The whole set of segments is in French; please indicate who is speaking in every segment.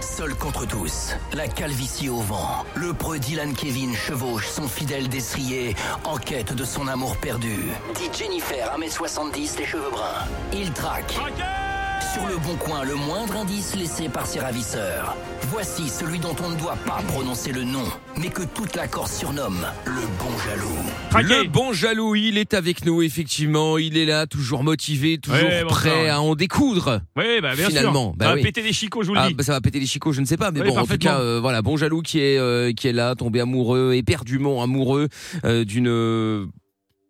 Speaker 1: Seul contre tous, la calvitie au vent, le preux Dylan Kevin chevauche son fidèle destrier en quête de son amour perdu. Dit Jennifer, 1m70, les cheveux bruns. Il traque. Sur le bon coin, le moindre indice laissé par ses ravisseurs. Voici celui dont on ne doit pas prononcer le nom, mais que toute la Corse surnomme le bon jaloux.
Speaker 2: Le bon jaloux, il est avec nous, effectivement. Il est là, toujours motivé, toujours
Speaker 3: Ouais, bon
Speaker 2: prêt
Speaker 3: sang.
Speaker 2: à en découdre.
Speaker 3: Oui, bah, bien
Speaker 2: Finalement,
Speaker 3: sûr.
Speaker 2: bah
Speaker 3: ça va
Speaker 2: oui.
Speaker 3: péter des chicots, je vous le
Speaker 2: Ah,
Speaker 3: dis.
Speaker 2: bah, ça va péter les chicots, je ne sais pas, mais
Speaker 3: Oui,
Speaker 2: bon, en tout
Speaker 3: parfaitement.
Speaker 2: cas, euh, voilà, bon jaloux qui est euh, qui est là, tombé amoureux, éperdument amoureux euh, d'une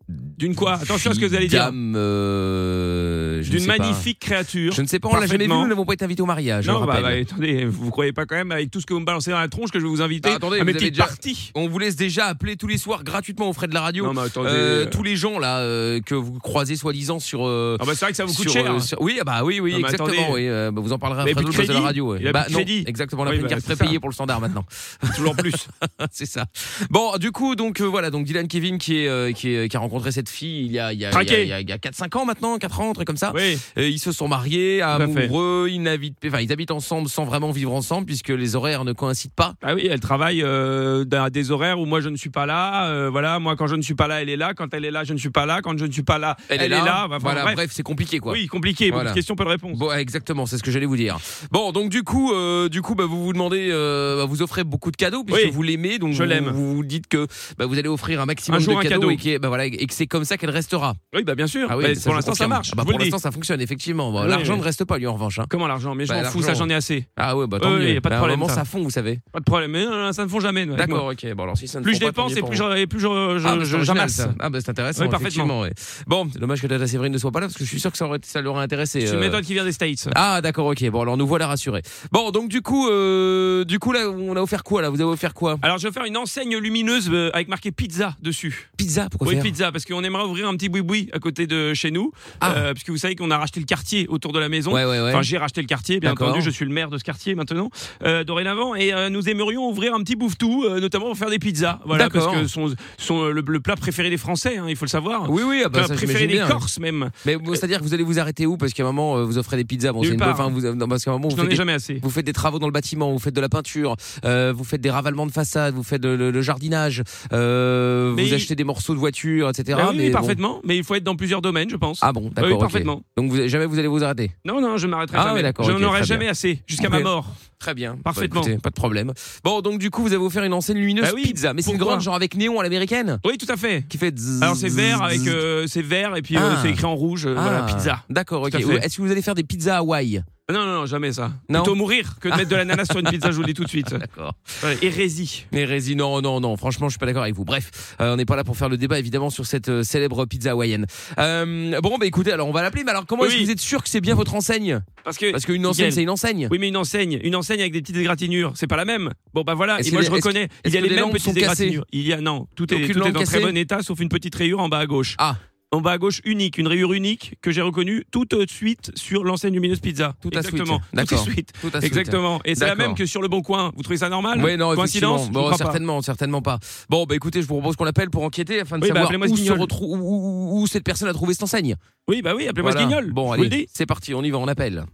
Speaker 3: D'une quoi Attention à ce que vous allez dire.
Speaker 2: dame, euh, je ne
Speaker 3: D'une
Speaker 2: sais pas.
Speaker 3: magnifique créature.
Speaker 2: Je ne sais pas, on l'a jamais vu,
Speaker 3: Parfaitement.
Speaker 2: nous n'avons pas été invités au mariage. je
Speaker 3: Non, bah,
Speaker 2: rappelle.
Speaker 3: bah, attendez, vous croyez pas quand même avec tout ce que vous me balancez dans la tronche que je vais vous inviter
Speaker 2: Ah, attendez,
Speaker 3: à mes
Speaker 2: vous avez
Speaker 3: petites
Speaker 2: déjà-
Speaker 3: parties
Speaker 2: On vous laisse déjà appeler tous les soirs gratuitement aux frais de la radio.
Speaker 3: Non, mais attendez.
Speaker 2: Euh, tous les gens là euh, que vous croisez soi-disant sur. euh,
Speaker 3: Ah bah, c'est vrai que ça vous coûte
Speaker 2: sur,
Speaker 3: cher.
Speaker 2: euh, sur- oui, ah bah oui, oui,
Speaker 3: Non, mais
Speaker 2: exactement.
Speaker 3: attendez.
Speaker 2: Oui, euh, bah, vous en parlerez
Speaker 3: Il a
Speaker 2: après
Speaker 3: plus de
Speaker 2: le poste de la
Speaker 3: crédit.
Speaker 2: radio. ouais.
Speaker 3: Il a
Speaker 2: bah,
Speaker 3: plus de
Speaker 2: non,
Speaker 3: crédit.
Speaker 2: exactement. On a
Speaker 3: Oui,
Speaker 2: pris une
Speaker 3: bah,
Speaker 2: carte
Speaker 3: c'est ça.
Speaker 2: prépayée pour le standard maintenant.
Speaker 3: Toujours plus.
Speaker 2: c'est ça. Bon, du coup, donc euh, voilà, donc Dylan Kevin qui est, euh, qui, est- qui a rencontré cette fille il y a il y a, il y a,
Speaker 3: Traqué.
Speaker 2: il y a- il y a 4 5 ans maintenant, 4 ans, un truc comme ça.
Speaker 3: Oui.
Speaker 2: Et ils se sont mariés,
Speaker 3: à fait.
Speaker 2: amoureux, ils habitent enfin ils habitent ensemble sans vraiment vivre ensemble puisque les horaires ne coïncident pas.
Speaker 3: Ah oui, elle travaille euh, dans des horaires où moi je ne suis pas là. euh, voilà, moi quand je ne suis pas là, elle est là. Quand elle est là, je ne suis pas là. Quand je ne suis pas là, elle, est là. bah, Enfin,
Speaker 2: voilà, bref,
Speaker 3: bref.
Speaker 2: c'est compliqué quoi.
Speaker 3: Oui, compliqué. beaucoup
Speaker 2: Voilà.
Speaker 3: de questions, pas de réponse.
Speaker 2: Bon, ouais, exactement, c'est ce que j'allais vous dire. Bon, donc du coup, euh, du coup, bah, vous vous demandez, euh, bah, vous offrez beaucoup de cadeaux puisque
Speaker 3: Oui.
Speaker 2: vous l'aimez, donc
Speaker 3: Je
Speaker 2: vous,
Speaker 3: l'aime.
Speaker 2: vous vous dites que bah, vous allez offrir un maximum
Speaker 3: Un jour,
Speaker 2: de
Speaker 3: un
Speaker 2: cadeaux
Speaker 3: cadeau.
Speaker 2: et, que- bah, voilà, et que c'est comme ça qu'elle restera.
Speaker 3: Oui, bah bien sûr.
Speaker 2: Ah oui,
Speaker 3: Bah,
Speaker 2: mais ça, je
Speaker 3: pour
Speaker 2: vous
Speaker 3: l'instant, ça
Speaker 2: confirme.
Speaker 3: marche.
Speaker 2: Ah
Speaker 3: je
Speaker 2: bah,
Speaker 3: vous
Speaker 2: pour
Speaker 3: le dis.
Speaker 2: l'instant, ça fonctionne effectivement. Bah,
Speaker 3: Ouais,
Speaker 2: L'argent
Speaker 3: ouais.
Speaker 2: ne reste pas lui en revanche. hein.
Speaker 3: Comment l'argent Mais je
Speaker 2: Bah,
Speaker 3: m'en fous, ça
Speaker 2: l'argent.
Speaker 3: j'en ai assez.
Speaker 2: Ah ouais, bah tant
Speaker 3: Ouais,
Speaker 2: mieux.
Speaker 3: y a pas de
Speaker 2: Bah, à un
Speaker 3: problème,
Speaker 2: moment,
Speaker 3: ça.
Speaker 2: ça fond, vous savez.
Speaker 3: Pas de problème. Mais non, non, ça ne font jamais. avec moi.
Speaker 2: D'accord, ok. Bon, alors si ça ne
Speaker 3: Plus
Speaker 2: fond
Speaker 3: je
Speaker 2: pas, tant
Speaker 3: dépense
Speaker 2: mieux
Speaker 3: et
Speaker 2: pour
Speaker 3: plus
Speaker 2: vous.
Speaker 3: je, plus je, je,
Speaker 2: Ah, bah, c'est
Speaker 3: je-
Speaker 2: original,
Speaker 3: j'amasse.
Speaker 2: ça. Ah bah c'est intéressant
Speaker 3: Oui,
Speaker 2: effectivement. ouais. Bon, dommage que Tata Séverine ne soit pas là parce que je suis sûr que ça, aurait, ça l'aurait intéressé.
Speaker 3: C'est une
Speaker 2: euh,
Speaker 3: méthode qui vient des States.
Speaker 2: Ah d'accord ok bon alors nous voilà rassurés bon donc du coup euh, du coup là on a offert quoi là vous avez offert quoi
Speaker 3: Alors je vais faire une enseigne lumineuse euh, avec marqué pizza dessus.
Speaker 2: pizza pourquoi
Speaker 3: oui,
Speaker 2: faire
Speaker 3: pizza, parce qu'on aimerait ouvrir un petit boui-boui à côté de chez nous.
Speaker 2: Ah.
Speaker 3: Euh, puisque vous savez qu'on a racheté le quartier autour de la maison.
Speaker 2: ouais ouais ouais
Speaker 3: Enfin, j'ai racheté le quartier, bien
Speaker 2: D'accord.
Speaker 3: entendu. Je suis le maire de ce quartier maintenant, euh, dorénavant. Et euh, nous aimerions ouvrir un petit bouffe-tout, euh, notamment pour faire des pizzas. Voilà, parce
Speaker 2: D'accord.
Speaker 3: que sont, sont euh, le, le plat préféré des Français, hein, il faut le savoir.
Speaker 2: oui oui ah bah,
Speaker 3: Plat
Speaker 2: ça
Speaker 3: préféré
Speaker 2: j'imagine
Speaker 3: des
Speaker 2: bien
Speaker 3: Corses, même.
Speaker 2: mais c'est à dire que vous allez vous arrêter où parce qu'à un moment euh, vous offrez des pizzas bon
Speaker 3: Nulle
Speaker 2: c'est une
Speaker 3: part.
Speaker 2: enfin, vous, euh, non, parce qu'à un moment
Speaker 3: Je
Speaker 2: vous
Speaker 3: n'en
Speaker 2: faites,
Speaker 3: ai
Speaker 2: des,
Speaker 3: jamais assez.
Speaker 2: vous faites des travaux dans le bâtiment vous faites de la peinture euh, vous faites des ravalements de façade vous faites le, le- le jardinage euh, vous
Speaker 3: Mais il-
Speaker 2: achetez des morceaux de voiture etc
Speaker 3: Bah oui, oui,
Speaker 2: Ah, mais bon.
Speaker 3: parfaitement. Mais il faut être dans plusieurs domaines, je pense.
Speaker 2: ah bon d'accord
Speaker 3: oui,
Speaker 2: ok.
Speaker 3: parfaitement.
Speaker 2: donc vous, jamais vous allez vous arrêter
Speaker 3: Non, non, je ne m'arrêterai
Speaker 2: Ah, oui,
Speaker 3: jamais.
Speaker 2: d'accord,
Speaker 3: je
Speaker 2: ok,
Speaker 3: n'aurai
Speaker 2: très
Speaker 3: jamais assez jusqu'à ma
Speaker 2: Oui.
Speaker 3: mort.
Speaker 2: Très bien, Bah,
Speaker 3: Parfaitement.
Speaker 2: écoutez, pas de problème. Bon, donc du coup, vous avez offert une enseigne lumineuse
Speaker 3: Bah oui,
Speaker 2: pizza, mais c'est une
Speaker 3: pourquoi
Speaker 2: grande genre avec néon à l'américaine
Speaker 3: Oui, tout à fait.
Speaker 2: qui fait. zzz,
Speaker 3: Alors c'est vert
Speaker 2: zzz,
Speaker 3: avec
Speaker 2: zzz.
Speaker 3: euh, c'est vert et puis euh,
Speaker 2: Ah.
Speaker 3: c'est écrit en rouge euh,
Speaker 2: Ah,
Speaker 3: voilà pizza.
Speaker 2: D'accord, ok.
Speaker 3: Tout à fait.
Speaker 2: Est-ce que vous allez faire des pizzas Hawaï
Speaker 3: Non non non jamais ça.
Speaker 2: Non.
Speaker 3: Plutôt mourir que de mettre de l'ananas sur une pizza, je vous le dis tout de suite.
Speaker 2: D'accord.
Speaker 3: Ouais, hérésie.
Speaker 2: Mais Rési, non, non, non. Franchement, je suis pas d'accord avec vous. Bref, euh, on n'est pas là pour faire le débat évidemment sur cette euh, célèbre pizza hawaïenne. Euh, bon, bah écoutez, alors on va l'appeler. Mais alors, comment est-ce que
Speaker 3: Oui.
Speaker 2: vous êtes sûr que c'est bien votre enseigne
Speaker 3: Parce que
Speaker 2: Parce qu'une enseigne,
Speaker 3: Miguel.
Speaker 2: c'est une enseigne.
Speaker 3: oui mais une enseigne, une enseigne avec des petites égratignures, c'est pas la même. Bon bah voilà.
Speaker 2: Est-ce
Speaker 3: Et moi
Speaker 2: que
Speaker 3: je
Speaker 2: les- est-ce
Speaker 3: reconnais.
Speaker 2: que-
Speaker 3: Il y a
Speaker 2: est-ce que
Speaker 3: les
Speaker 2: les
Speaker 3: mêmes
Speaker 2: lampes sont
Speaker 3: petites
Speaker 2: cassées
Speaker 3: égratignures. Il y a non, tout est
Speaker 2: Aucune
Speaker 3: tout est
Speaker 2: lampe
Speaker 3: en très
Speaker 2: cassée
Speaker 3: bon état sauf une petite rayure en bas à gauche.
Speaker 2: Ah.
Speaker 3: En bas à gauche unique, une rayure unique que j'ai reconnue tout de suite sur l'enseigne lumineuse pizza.
Speaker 2: Tout à suite.
Speaker 3: Exactement. Tout de
Speaker 2: D'accord.
Speaker 3: suite.
Speaker 2: Tout à fait.
Speaker 3: Exactement. Et c'est la
Speaker 2: D'accord.
Speaker 3: même que sur le bon coin. Vous trouvez ça normal
Speaker 2: Oui, non, effectivement.
Speaker 3: Ah, Coïncidence Je
Speaker 2: Bon,
Speaker 3: crois pas.
Speaker 2: certainement, certainement pas. Bon, bah écoutez, je vous propose qu'on l'appelle pour enquêter afin de
Speaker 3: Oui, bah,
Speaker 2: savoir
Speaker 3: appelez-moi ce
Speaker 2: où, se
Speaker 3: guignol.
Speaker 2: retrou- où, où- où- où cette personne a trouvé cette enseigne.
Speaker 3: Oui, bah oui, appelez-moi
Speaker 2: Voilà.
Speaker 3: ce guignol.
Speaker 2: Bon,
Speaker 3: je vous le
Speaker 2: allez,
Speaker 3: dis.
Speaker 2: c'est parti, on y va, on appelle.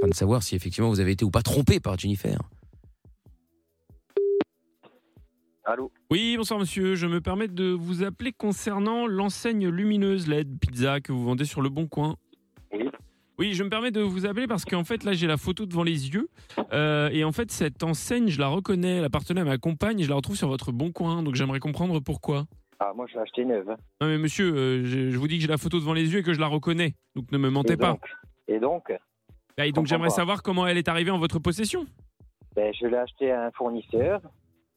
Speaker 2: Afin de savoir si effectivement vous avez été ou pas trompé par Jennifer.
Speaker 4: Allô
Speaker 3: Oui, bonsoir monsieur. Je me permets de vous appeler concernant l'enseigne lumineuse LED Pizza que vous vendez sur le Bon Coin.
Speaker 4: Oui.
Speaker 3: Oui, je me permets de vous appeler parce qu'en fait, là, j'ai la photo devant les yeux. Euh, et en fait, cette enseigne, je la reconnais, elle appartenait à ma compagne, et je la retrouve sur votre Bon Coin. Donc j'aimerais comprendre pourquoi.
Speaker 4: Ah, moi, je l'ai acheté neuve. hein.
Speaker 3: Non, mais monsieur, euh, je, je vous dis que j'ai la photo devant les yeux et que je la reconnais. Donc ne me mentez
Speaker 4: et
Speaker 3: pas.
Speaker 4: Donc, et donc,
Speaker 3: Ah, Et donc
Speaker 4: comprends
Speaker 3: j'aimerais
Speaker 4: pas.
Speaker 3: savoir comment elle est arrivée en votre possession.
Speaker 4: ben, je l'ai acheté à un fournisseur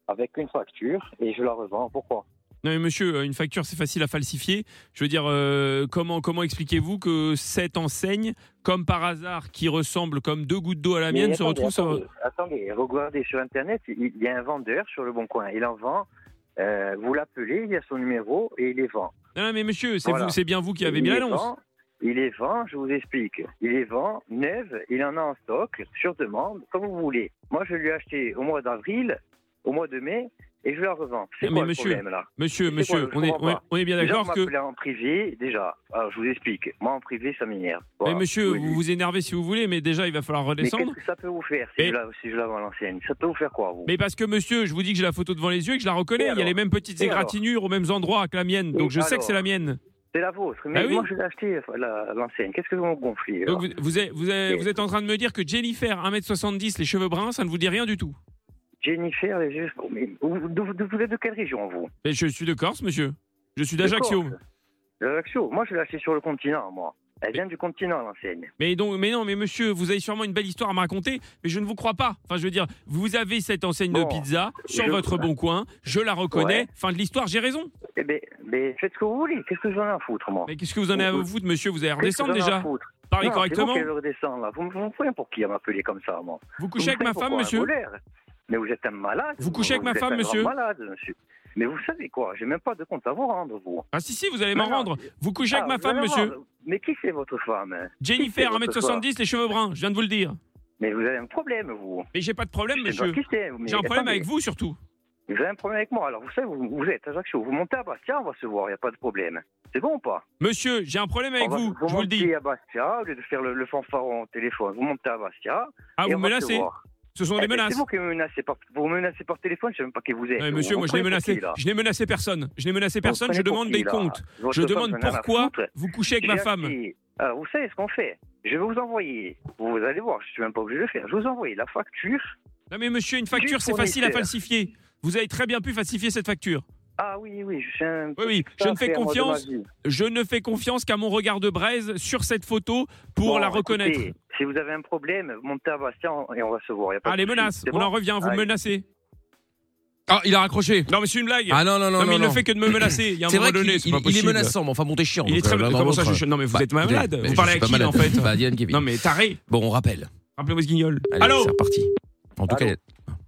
Speaker 4: avec une facture et je la revends. Pourquoi
Speaker 3: Non mais monsieur, euh, une facture c'est facile à falsifier. Je veux dire, euh, comment, comment expliquez-vous que cette enseigne, comme par hasard, qui ressemble comme deux gouttes d'eau à la mienne,
Speaker 4: Mais
Speaker 3: se
Speaker 4: attendez,
Speaker 3: retrouve sur...
Speaker 4: attendez, Attendez, regardez sur Internet, il y a un vendeur sur le Bon Coin. Il en vend. euh, vous l'appelez, il y a son numéro et il les vend.
Speaker 3: Non, non mais monsieur, c'est
Speaker 4: Voilà.
Speaker 3: vous- c'est bien vous qui
Speaker 4: Il
Speaker 3: avez mis
Speaker 4: les
Speaker 3: l'annonce.
Speaker 4: vend, Il les vend, je vous explique. Il les vend neuves, il en a en stock, sur demande, comme vous voulez. Moi, je lui ai acheté au mois d'avril, au mois de mai, et je la revends. C'est
Speaker 3: Eh, Mais
Speaker 4: quoi le
Speaker 3: monsieur,
Speaker 4: problème là
Speaker 3: Monsieur,
Speaker 4: C'est quoi,
Speaker 3: monsieur,
Speaker 4: je
Speaker 3: on est,
Speaker 4: comprends
Speaker 3: on est-
Speaker 4: pas.
Speaker 3: on est bien
Speaker 4: Déjà, on
Speaker 3: d'accord que.
Speaker 4: m'appelait en privé, déjà. Alors, je vous explique. Moi, en privé, ça m'énerve.
Speaker 3: Mais
Speaker 4: Voilà.
Speaker 3: monsieur,
Speaker 4: Oui,
Speaker 3: vous vous énervez si vous voulez, mais déjà, il va falloir
Speaker 4: Mais
Speaker 3: redescendre.
Speaker 4: qu'est-ce que ça peut vous faire si
Speaker 3: Et-
Speaker 4: je la- si je la vends à l'ancienne Ça peut vous faire quoi, vous
Speaker 3: Mais parce que monsieur, je vous dis que j'ai la photo devant les yeux et que je la reconnais. Il
Speaker 4: Et
Speaker 3: y a
Speaker 4: alors
Speaker 3: les mêmes petites
Speaker 4: Et alors
Speaker 3: égratignures aux mêmes endroits que la mienne.
Speaker 4: Et
Speaker 3: Donc je sais que c'est la
Speaker 4: alors
Speaker 3: mienne.
Speaker 4: C'est la vôtre. Mais
Speaker 3: Ah oui
Speaker 4: moi, je l'ai acheté, la- l'ancienne. Qu'est-ce que vous me gonflez là
Speaker 3: Donc vous, vous êtes, vous, êtes,
Speaker 4: Et-
Speaker 3: vous êtes en train de me dire que Jennifer, 1m70, les cheveux bruns, ça ne vous dit rien du tout.
Speaker 4: Jennifer, les yeux. mais vous, vous- vous- vous êtes de quelle région, vous
Speaker 3: Mais je suis de Corse, monsieur. Je suis
Speaker 4: De
Speaker 3: d'Ajaccio.
Speaker 4: Corse. D'Ajaccio. Moi, je l'ai acheté sur le continent, moi. Elle vient du continent, l'enseigne.
Speaker 3: Mais donc, mais non, mais monsieur, vous avez sûrement une belle histoire à me raconter, mais je ne vous crois pas. Enfin, je veux dire, vous avez cette enseigne de
Speaker 4: Bon,
Speaker 3: pizza sur
Speaker 4: je-
Speaker 3: votre bon coin, je la reconnais.
Speaker 4: Ouais.
Speaker 3: Fin de l'histoire, j'ai raison.
Speaker 4: Eh ben, mais faites ce que vous voulez. Qu'est-ce que j'en ai à foutre, moi
Speaker 3: Mais qu'est-ce que vous en avez à vous foutre, monsieur Vous allez
Speaker 4: Qu'est-ce que
Speaker 3: redescendre
Speaker 4: j'en ai à
Speaker 3: déjà.
Speaker 4: foutre
Speaker 3: Parlez
Speaker 4: Non,
Speaker 3: correctement.
Speaker 4: C'est vous qui allez redescendre, là. Vous, vous me prenez pour qui à m'appeler comme ça, moi
Speaker 3: Vous
Speaker 4: Vous hein.
Speaker 3: couchez avec
Speaker 4: me
Speaker 3: ma femme,
Speaker 4: prenez pour quoi, un
Speaker 3: monsieur
Speaker 4: voleur Mais vous êtes un malade.
Speaker 3: Vous couchez avec ma
Speaker 4: êtes
Speaker 3: femme,
Speaker 4: un grand
Speaker 3: monsieur
Speaker 4: malade, monsieur. Mais vous savez quoi J'ai même pas de compte à vous rendre, vous.
Speaker 3: Ah si, si, vous allez m'en
Speaker 4: Mais non,
Speaker 3: rendre. Vous couchez avec
Speaker 4: Ah,
Speaker 3: ma
Speaker 4: vous
Speaker 3: femme,
Speaker 4: allez me
Speaker 3: monsieur.
Speaker 4: rendre. Mais qui c'est votre femme hein
Speaker 3: Jennifer,
Speaker 4: Qui c'est, votre
Speaker 3: 1m70, les cheveux bruns, je viens de vous le dire.
Speaker 4: Mais vous avez un problème, vous.
Speaker 3: Mais j'ai pas de problème,
Speaker 4: Je sais pas
Speaker 3: monsieur.
Speaker 4: qui c'est, mais
Speaker 3: J'ai un problème
Speaker 4: attendez.
Speaker 3: avec vous, surtout.
Speaker 4: Vous avez un problème avec moi, alors vous savez, vous, vous êtes à Ajaccio, vous montez à Bastia, on va se voir, il n'y a pas de problème. C'est bon ou pas
Speaker 3: Monsieur, j'ai un problème avec
Speaker 4: On va-
Speaker 3: vous, je vous le dis.
Speaker 4: montez à Bastia, au lieu de faire le, le fanfaron au téléphone, vous montez à Bastia.
Speaker 3: Ah,
Speaker 4: et
Speaker 3: vous
Speaker 4: on
Speaker 3: me
Speaker 4: va se
Speaker 3: menacez
Speaker 4: voir.
Speaker 3: Ce sont
Speaker 4: Eh
Speaker 3: des
Speaker 4: ben,
Speaker 3: menaces.
Speaker 4: C'est vous qui me menacez par, vous me menacez par téléphone, je ne sais même pas qui vous êtes.
Speaker 3: Non, mais
Speaker 4: Vous
Speaker 3: monsieur,
Speaker 4: vous
Speaker 3: moi je n'ai
Speaker 4: prenez pour
Speaker 3: menacé,
Speaker 4: qui, là
Speaker 3: je n'ai menacé personne. Je n'ai menacé
Speaker 4: Vous vous
Speaker 3: personne, je
Speaker 4: prenez pour
Speaker 3: demande
Speaker 4: qui,
Speaker 3: des
Speaker 4: là
Speaker 3: comptes.
Speaker 4: Votre
Speaker 3: Je
Speaker 4: femme,
Speaker 3: demande
Speaker 4: j'en ai rien à
Speaker 3: pourquoi
Speaker 4: foutre. Eh
Speaker 3: vous couchez avec ma
Speaker 4: J'ai
Speaker 3: femme.
Speaker 4: acheté- Alors, euh, vous savez ce qu'on fait Je vais vous envoyer, vous allez voir, je ne suis même pas obligé de le faire, je vous envoie la facture.
Speaker 3: Non mais monsieur, une facture c'est facile à
Speaker 4: fournisseur.
Speaker 3: falsifier. Vous avez très bien pu falsifier cette facture.
Speaker 4: Ah oui, oui, je suis un...
Speaker 3: Oui, oui, je ne fais confiance, je ne fais confiance qu'à mon regard de braise sur cette photo pour
Speaker 4: Bon,
Speaker 3: la
Speaker 4: écoutez,
Speaker 3: reconnaître.
Speaker 4: si vous avez un problème, montez à Bastia et on va se voir. y a pas
Speaker 3: Ah
Speaker 4: de
Speaker 3: les
Speaker 4: souci.
Speaker 3: menaces,
Speaker 4: C'est
Speaker 3: on
Speaker 4: bon
Speaker 3: en revient, vous me
Speaker 4: Allez.
Speaker 3: menacez.
Speaker 2: Ah, il a raccroché.
Speaker 3: Non mais c'est une blague.
Speaker 2: Ah non, non,
Speaker 3: Non,
Speaker 2: non,
Speaker 3: mais
Speaker 2: non.
Speaker 3: il
Speaker 2: non.
Speaker 3: ne fait que de me menacer. Il y a un
Speaker 2: C'est
Speaker 3: moment
Speaker 2: vrai
Speaker 3: donné, c'est
Speaker 2: qu'il
Speaker 3: pas
Speaker 2: il- il est
Speaker 3: possible.
Speaker 2: menaçant, mais enfin, bon, t'es chiant.
Speaker 3: Il est
Speaker 2: donc,
Speaker 3: très
Speaker 2: euh, l'un dans
Speaker 3: comment ça,
Speaker 2: l'autre,
Speaker 3: je suis- Non mais vous
Speaker 2: Bah,
Speaker 3: êtes malade.
Speaker 2: écoutez, mais
Speaker 3: Vous
Speaker 2: je
Speaker 3: parlez à
Speaker 2: suis pas
Speaker 3: qui
Speaker 2: malade.
Speaker 3: en fait
Speaker 2: Bah, Dylan Kevin.
Speaker 3: Non mais taré.
Speaker 2: Bon, on rappelle.
Speaker 3: Rappelez-moi ce guignol.
Speaker 2: Allez,
Speaker 3: Allô.
Speaker 2: c'est reparti. En tout
Speaker 4: Allô
Speaker 2: cas,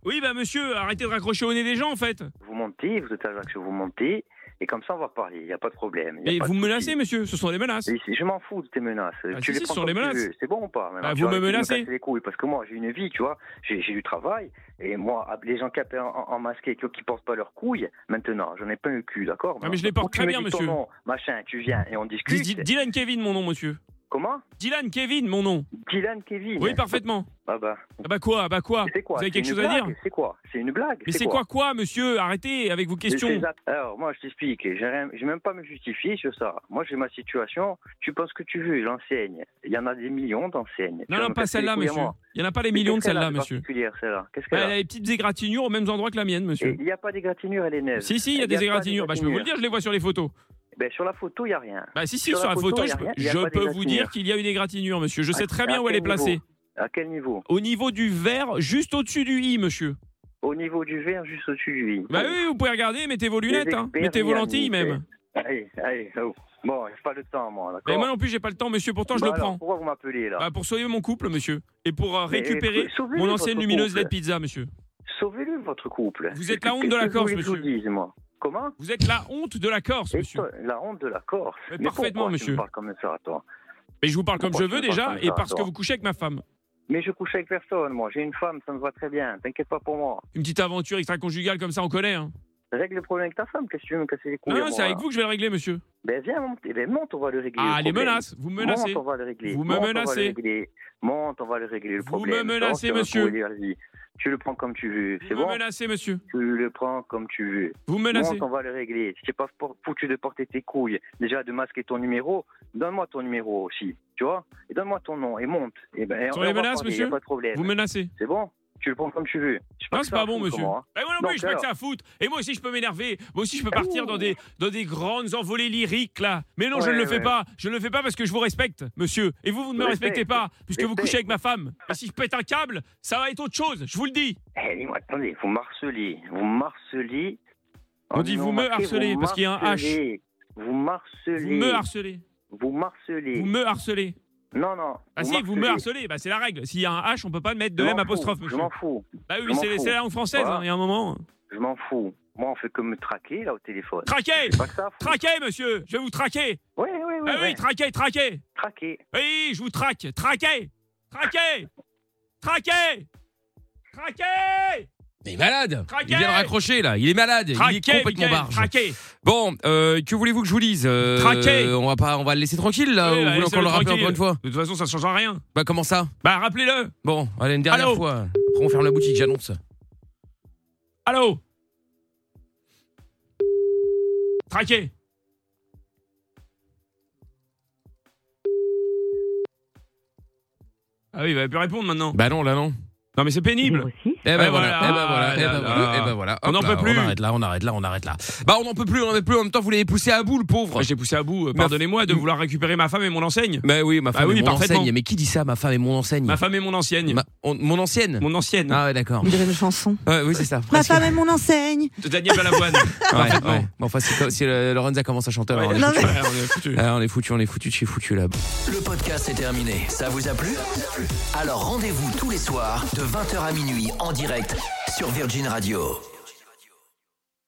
Speaker 3: Oui bah monsieur, arrêtez de raccrocher au nez des gens en fait.
Speaker 4: Vous montez, vous êtes à Ajaccio, vous montez, et comme ça on va parler. Il n'y a pas de problème. y a
Speaker 3: Mais
Speaker 4: pas
Speaker 3: vous
Speaker 4: de
Speaker 3: me
Speaker 4: souci.
Speaker 3: menacez monsieur, ce sont des menaces.
Speaker 4: Et si- Je m'en fous de tes menaces.
Speaker 3: Ah, si,
Speaker 4: tu les
Speaker 3: si,
Speaker 4: prends
Speaker 3: ce sont
Speaker 4: comme
Speaker 3: les
Speaker 4: tu
Speaker 3: menaces.
Speaker 4: veux. C'est bon ou pas maintenant
Speaker 3: Bah,
Speaker 4: Tu
Speaker 3: vous
Speaker 4: vas
Speaker 3: me
Speaker 4: arrêter de
Speaker 3: menacez.
Speaker 4: casser les couilles parce que moi j'ai une vie, tu vois. J'ai j'ai du travail et moi ah, les gens qui appellent en, en masqué qui qui portent pas leurs couilles maintenant, j'en ai plein le cul, d'accord
Speaker 3: Ah, mais je les porte
Speaker 4: Ou tu
Speaker 3: très
Speaker 4: me
Speaker 3: bien,
Speaker 4: dis ton
Speaker 3: monsieur.
Speaker 4: nom, machin, tu viens et on
Speaker 3: Dis-
Speaker 4: discute.
Speaker 3: dis- Dylan Kevin mon nom monsieur.
Speaker 4: Comment
Speaker 3: Dylan Kevin mon nom.
Speaker 4: Dylan Kevin.
Speaker 3: Oui parfaitement.
Speaker 4: Ah bah.
Speaker 3: Ah bah quoi, ah bah quoi
Speaker 4: C'est quoi
Speaker 3: Vous avez
Speaker 4: C'est
Speaker 3: quelque
Speaker 4: une
Speaker 3: chose à
Speaker 4: blague
Speaker 3: dire
Speaker 4: C'est quoi C'est une blague
Speaker 3: Mais c'est quoi quoi monsieur Arrêtez avec vos
Speaker 4: C'est
Speaker 3: questions.
Speaker 4: ça. Alors, moi, je t'explique. J'ai rien- j'ai même pas me justifier sur ça. Moi, j'ai ma situation. Tu penses que tu veux, j'enseigne. Il y en a des millions d'enseignes. Tu
Speaker 3: Non
Speaker 4: vas
Speaker 3: non
Speaker 4: me
Speaker 3: pas
Speaker 4: casser les
Speaker 3: celle-là
Speaker 4: couilles à
Speaker 3: monsieur.
Speaker 4: moi.
Speaker 3: Il y en a pas les
Speaker 4: Mais
Speaker 3: millions de
Speaker 4: qu'est-ce qu'elle a
Speaker 3: celle-là monsieur.
Speaker 4: particulière, celle-là. Qu'est-ce
Speaker 3: Bah,
Speaker 4: qu'elle
Speaker 3: Elle a
Speaker 4: a
Speaker 3: les petites égratignures aux mêmes endroits que la mienne
Speaker 4: Et
Speaker 3: monsieur.
Speaker 4: Il n'y a pas d'égratignure, elle est neuve.
Speaker 3: Si si, il y a
Speaker 4: Eh, Il
Speaker 3: des
Speaker 4: y a pas
Speaker 3: égratignures. Bah je peux vous le dire, je les vois sur les photos.
Speaker 4: Ben, sur la photo, il n'y a rien.
Speaker 3: Bah si si sur, la photo,
Speaker 4: y
Speaker 3: je
Speaker 4: a
Speaker 3: peux,
Speaker 4: rien, y a
Speaker 3: je
Speaker 4: pas Ah,
Speaker 3: peux vous
Speaker 4: d'égratignure.
Speaker 3: dire qu'il y a une égratignure monsieur. Je sais
Speaker 4: À-
Speaker 3: très
Speaker 4: à
Speaker 3: bien où elle
Speaker 4: quel
Speaker 3: est placée.
Speaker 4: niveau À quel niveau
Speaker 3: Au niveau du vert, juste au-dessus du i monsieur.
Speaker 4: Au niveau du verre, juste au-dessus du lit.
Speaker 3: Bah oui, vous pouvez regarder, mettez vos lunettes hein.
Speaker 4: experts,
Speaker 3: mettez vos
Speaker 4: les
Speaker 3: lentilles
Speaker 4: amis,
Speaker 3: même.
Speaker 4: Allez, allez. oh. Bon, j'ai pas le temps, moi. d'accord
Speaker 3: Mais moi non plus, j'ai pas le temps monsieur, pourtant je
Speaker 4: Bah
Speaker 3: le
Speaker 4: alors,
Speaker 3: prends.
Speaker 4: Pourquoi vous m'appelez là
Speaker 3: Bah, pour sauver mon couple monsieur et pour euh,
Speaker 4: Mais,
Speaker 3: récupérer
Speaker 4: euh, sauvez-le,
Speaker 3: mon
Speaker 4: votre
Speaker 3: ancienne lumineuse
Speaker 4: couple.
Speaker 3: LED pizza monsieur.
Speaker 4: Sauvez-le, votre couple.
Speaker 3: Vous êtes la honte de
Speaker 4: Qu'est-ce
Speaker 3: la
Speaker 4: que
Speaker 3: Corse,
Speaker 4: vous voulez que je vous dise, moi Comment
Speaker 3: Vous êtes la honte de la Corse
Speaker 4: Et
Speaker 3: monsieur.
Speaker 4: toi, La honte de la Corse.
Speaker 3: Mais parfaitement,
Speaker 4: pourquoi Tu
Speaker 3: monsieur.
Speaker 4: me parles comme ça, toi.
Speaker 3: Mais je vous parle comme je
Speaker 4: Pourquoi
Speaker 3: veux
Speaker 4: tu me
Speaker 3: déjà
Speaker 4: parles comme
Speaker 3: et
Speaker 4: ça,
Speaker 3: parce que
Speaker 4: toi
Speaker 3: vous couchez avec ma femme.
Speaker 4: Mais je couche avec personne, moi. J'ai une femme, ça me va très bien. T'inquiète pas pour moi.
Speaker 3: Une petite aventure extra-conjugale comme ça, on connaît. Hein.
Speaker 4: Règle le problème avec ta femme. Qu'est-ce que tu veux me casser les couilles
Speaker 3: Non,
Speaker 4: à
Speaker 3: non,
Speaker 4: moi,
Speaker 3: c'est avec
Speaker 4: là
Speaker 3: vous que je vais le régler, monsieur.
Speaker 4: Ben viens, monte, Eh ben, monte, on va le régler.
Speaker 3: Ah,
Speaker 4: le
Speaker 3: les
Speaker 4: problème.
Speaker 3: menaces, vous me menacez.
Speaker 4: Monte, on va le régler.
Speaker 3: Vous me
Speaker 4: Monte, on va le
Speaker 3: menacez.
Speaker 4: régler. Monte, on va le régler le
Speaker 3: Vous
Speaker 4: problème.
Speaker 3: me
Speaker 4: Ça va,
Speaker 3: menacez,
Speaker 4: ça va
Speaker 3: monsieur.
Speaker 4: courir, vas-y. Tu le prends comme tu veux. C'est
Speaker 3: Vous
Speaker 4: bon
Speaker 3: me menacez, monsieur.
Speaker 4: Tu le prends comme tu veux.
Speaker 3: Vous me menacez.
Speaker 4: Monte, on va le régler. Si t'es pas for- foutu de porter tes couilles, déjà de masquer ton numéro, donne-moi ton numéro aussi, tu vois Et donne-moi ton nom et monte. Et ben,
Speaker 3: Sur
Speaker 4: on
Speaker 3: les
Speaker 4: va
Speaker 3: menaces,
Speaker 4: parler,
Speaker 3: monsieur
Speaker 4: y a pas de problème.
Speaker 3: Vous menacez.
Speaker 4: C'est bon Tu le prends comme tu veux. Je sais
Speaker 3: Non,
Speaker 4: que
Speaker 3: c'est
Speaker 4: ça
Speaker 3: pas
Speaker 4: fout,
Speaker 3: bon, monsieur.
Speaker 4: comment, hein.
Speaker 3: Et Eh, moi non
Speaker 4: Donc,
Speaker 3: plus, je peux que
Speaker 4: alors Eh,
Speaker 3: ça fout. Et moi aussi, je peux m'énerver. Moi aussi, je peux partir dans des, dans des grandes envolées lyriques, là. Mais non, je ne
Speaker 4: Ouais,
Speaker 3: le fais
Speaker 4: ouais.
Speaker 3: pas. Je ne le fais pas parce que je vous respecte, monsieur. Et vous, vous ne me
Speaker 4: Respect.
Speaker 3: respectez pas, puisque vous
Speaker 4: Respect.
Speaker 3: couchez avec ma femme. Et si je pète un câble, ça va être autre chose, je vous le dis.
Speaker 4: Eh, dis-moi, attendez, vous marcelez. Vous marcelez.
Speaker 3: On
Speaker 4: En
Speaker 3: dit vous
Speaker 4: disant
Speaker 3: me
Speaker 4: marquer,
Speaker 3: harcelez,
Speaker 4: vous
Speaker 3: parce qu'il y a un H.
Speaker 4: marcelez. Vous
Speaker 3: Vous
Speaker 4: marcelez.
Speaker 3: me harcelez.
Speaker 4: Vous marcelez.
Speaker 3: Vous me harcelez.
Speaker 4: Non, non.
Speaker 3: Ah si, vous me harcelez. Bah, c'est la règle. S'il y a un H, on peut pas le mettre de
Speaker 4: Je
Speaker 3: M
Speaker 4: m'en fous,
Speaker 3: apostrophe,
Speaker 4: Je
Speaker 3: monsieur.
Speaker 4: m'en fous.
Speaker 3: Bah oui,
Speaker 4: Je m'en
Speaker 3: c'est
Speaker 4: fous.
Speaker 3: c'est la langue française,
Speaker 4: Voilà.
Speaker 3: hein, il y a un moment.
Speaker 4: Je m'en fous. Moi, on fait que me traquer, là, au téléphone.
Speaker 3: Traquez
Speaker 4: Pas que ça. fout.
Speaker 3: Traquez, monsieur Je vais vous traquer
Speaker 4: Oui, oui, oui.
Speaker 3: Bah oui,
Speaker 4: ouais.
Speaker 3: traquez, traquez
Speaker 4: Traquer.
Speaker 3: Oui, je vous traque Traquez Traquez Traquez Traquez
Speaker 2: Mais il est malade Il
Speaker 3: Traqué
Speaker 2: vient de raccrocher là, il est malade, il est
Speaker 3: Traqué,
Speaker 2: complètement
Speaker 3: Mickaël,
Speaker 2: barge.
Speaker 3: traqué.
Speaker 2: Bon, euh, que voulez-vous que je vous lise Euh,
Speaker 3: Traqué.
Speaker 2: On va pas, on va le laisser tranquille là.
Speaker 3: Oui, là,
Speaker 2: ou vous voulez encore
Speaker 3: laissez-le
Speaker 2: le rappeler
Speaker 3: tranquille.
Speaker 2: encore une fois
Speaker 3: De toute façon, ça ne changera rien.
Speaker 2: Bah comment ça
Speaker 3: Bah, rappelez-le.
Speaker 2: Bon, allez une dernière
Speaker 3: Allô
Speaker 2: fois. Après on ferme la boutique, j'annonce.
Speaker 3: Allô Traqué Ah oui, il va plus répondre maintenant.
Speaker 2: Bah non, là non.
Speaker 3: Non mais c'est pénible.
Speaker 2: Eh ben
Speaker 3: Eh
Speaker 2: voilà,
Speaker 3: voilà,
Speaker 2: eh ben voilà, eh ben
Speaker 3: là,
Speaker 2: voilà,
Speaker 3: là.
Speaker 2: eh ben voilà.
Speaker 3: On
Speaker 2: Hop
Speaker 3: n'en
Speaker 2: là,
Speaker 3: peut plus.
Speaker 2: On arrête là, on arrête là, on arrête là. Bah on n'en peut plus, on n'en peut plus. En même temps, vous l'avez poussé à bout, le pauvre.
Speaker 3: Moi, J'ai poussé à bout, euh, pardonnez-moi de vouloir récupérer ma femme et mon enseigne.
Speaker 2: Mais oui, ma femme
Speaker 3: Ah oui,
Speaker 2: et mon
Speaker 3: parfaitement.
Speaker 2: enseigne. Mais qui dit ça, ma femme et mon enseigne
Speaker 3: Ma femme et mon ancienne.
Speaker 2: Ma- on- Mon ancienne.
Speaker 3: Mon ancienne.
Speaker 2: Ah ouais, d'accord.
Speaker 5: On dirait une chanson.
Speaker 2: Ouais, oui, c'est ça.
Speaker 5: Ma
Speaker 2: presque.
Speaker 5: femme est mon enseigne.
Speaker 3: De Daniel Balavoine.
Speaker 2: Ouais, ouais. Mais enfin, si, si euh, Lorenza commence à chanter, alors on est
Speaker 5: Non,
Speaker 2: foutu.
Speaker 3: Ouais, on est foutus.
Speaker 2: Ah, on est foutu, on est foutu, de chez foutu là.
Speaker 1: Le podcast est terminé. Ça vous a plu Alors rendez-vous tous les soirs de 20h à minuit en direct sur Virgin Radio.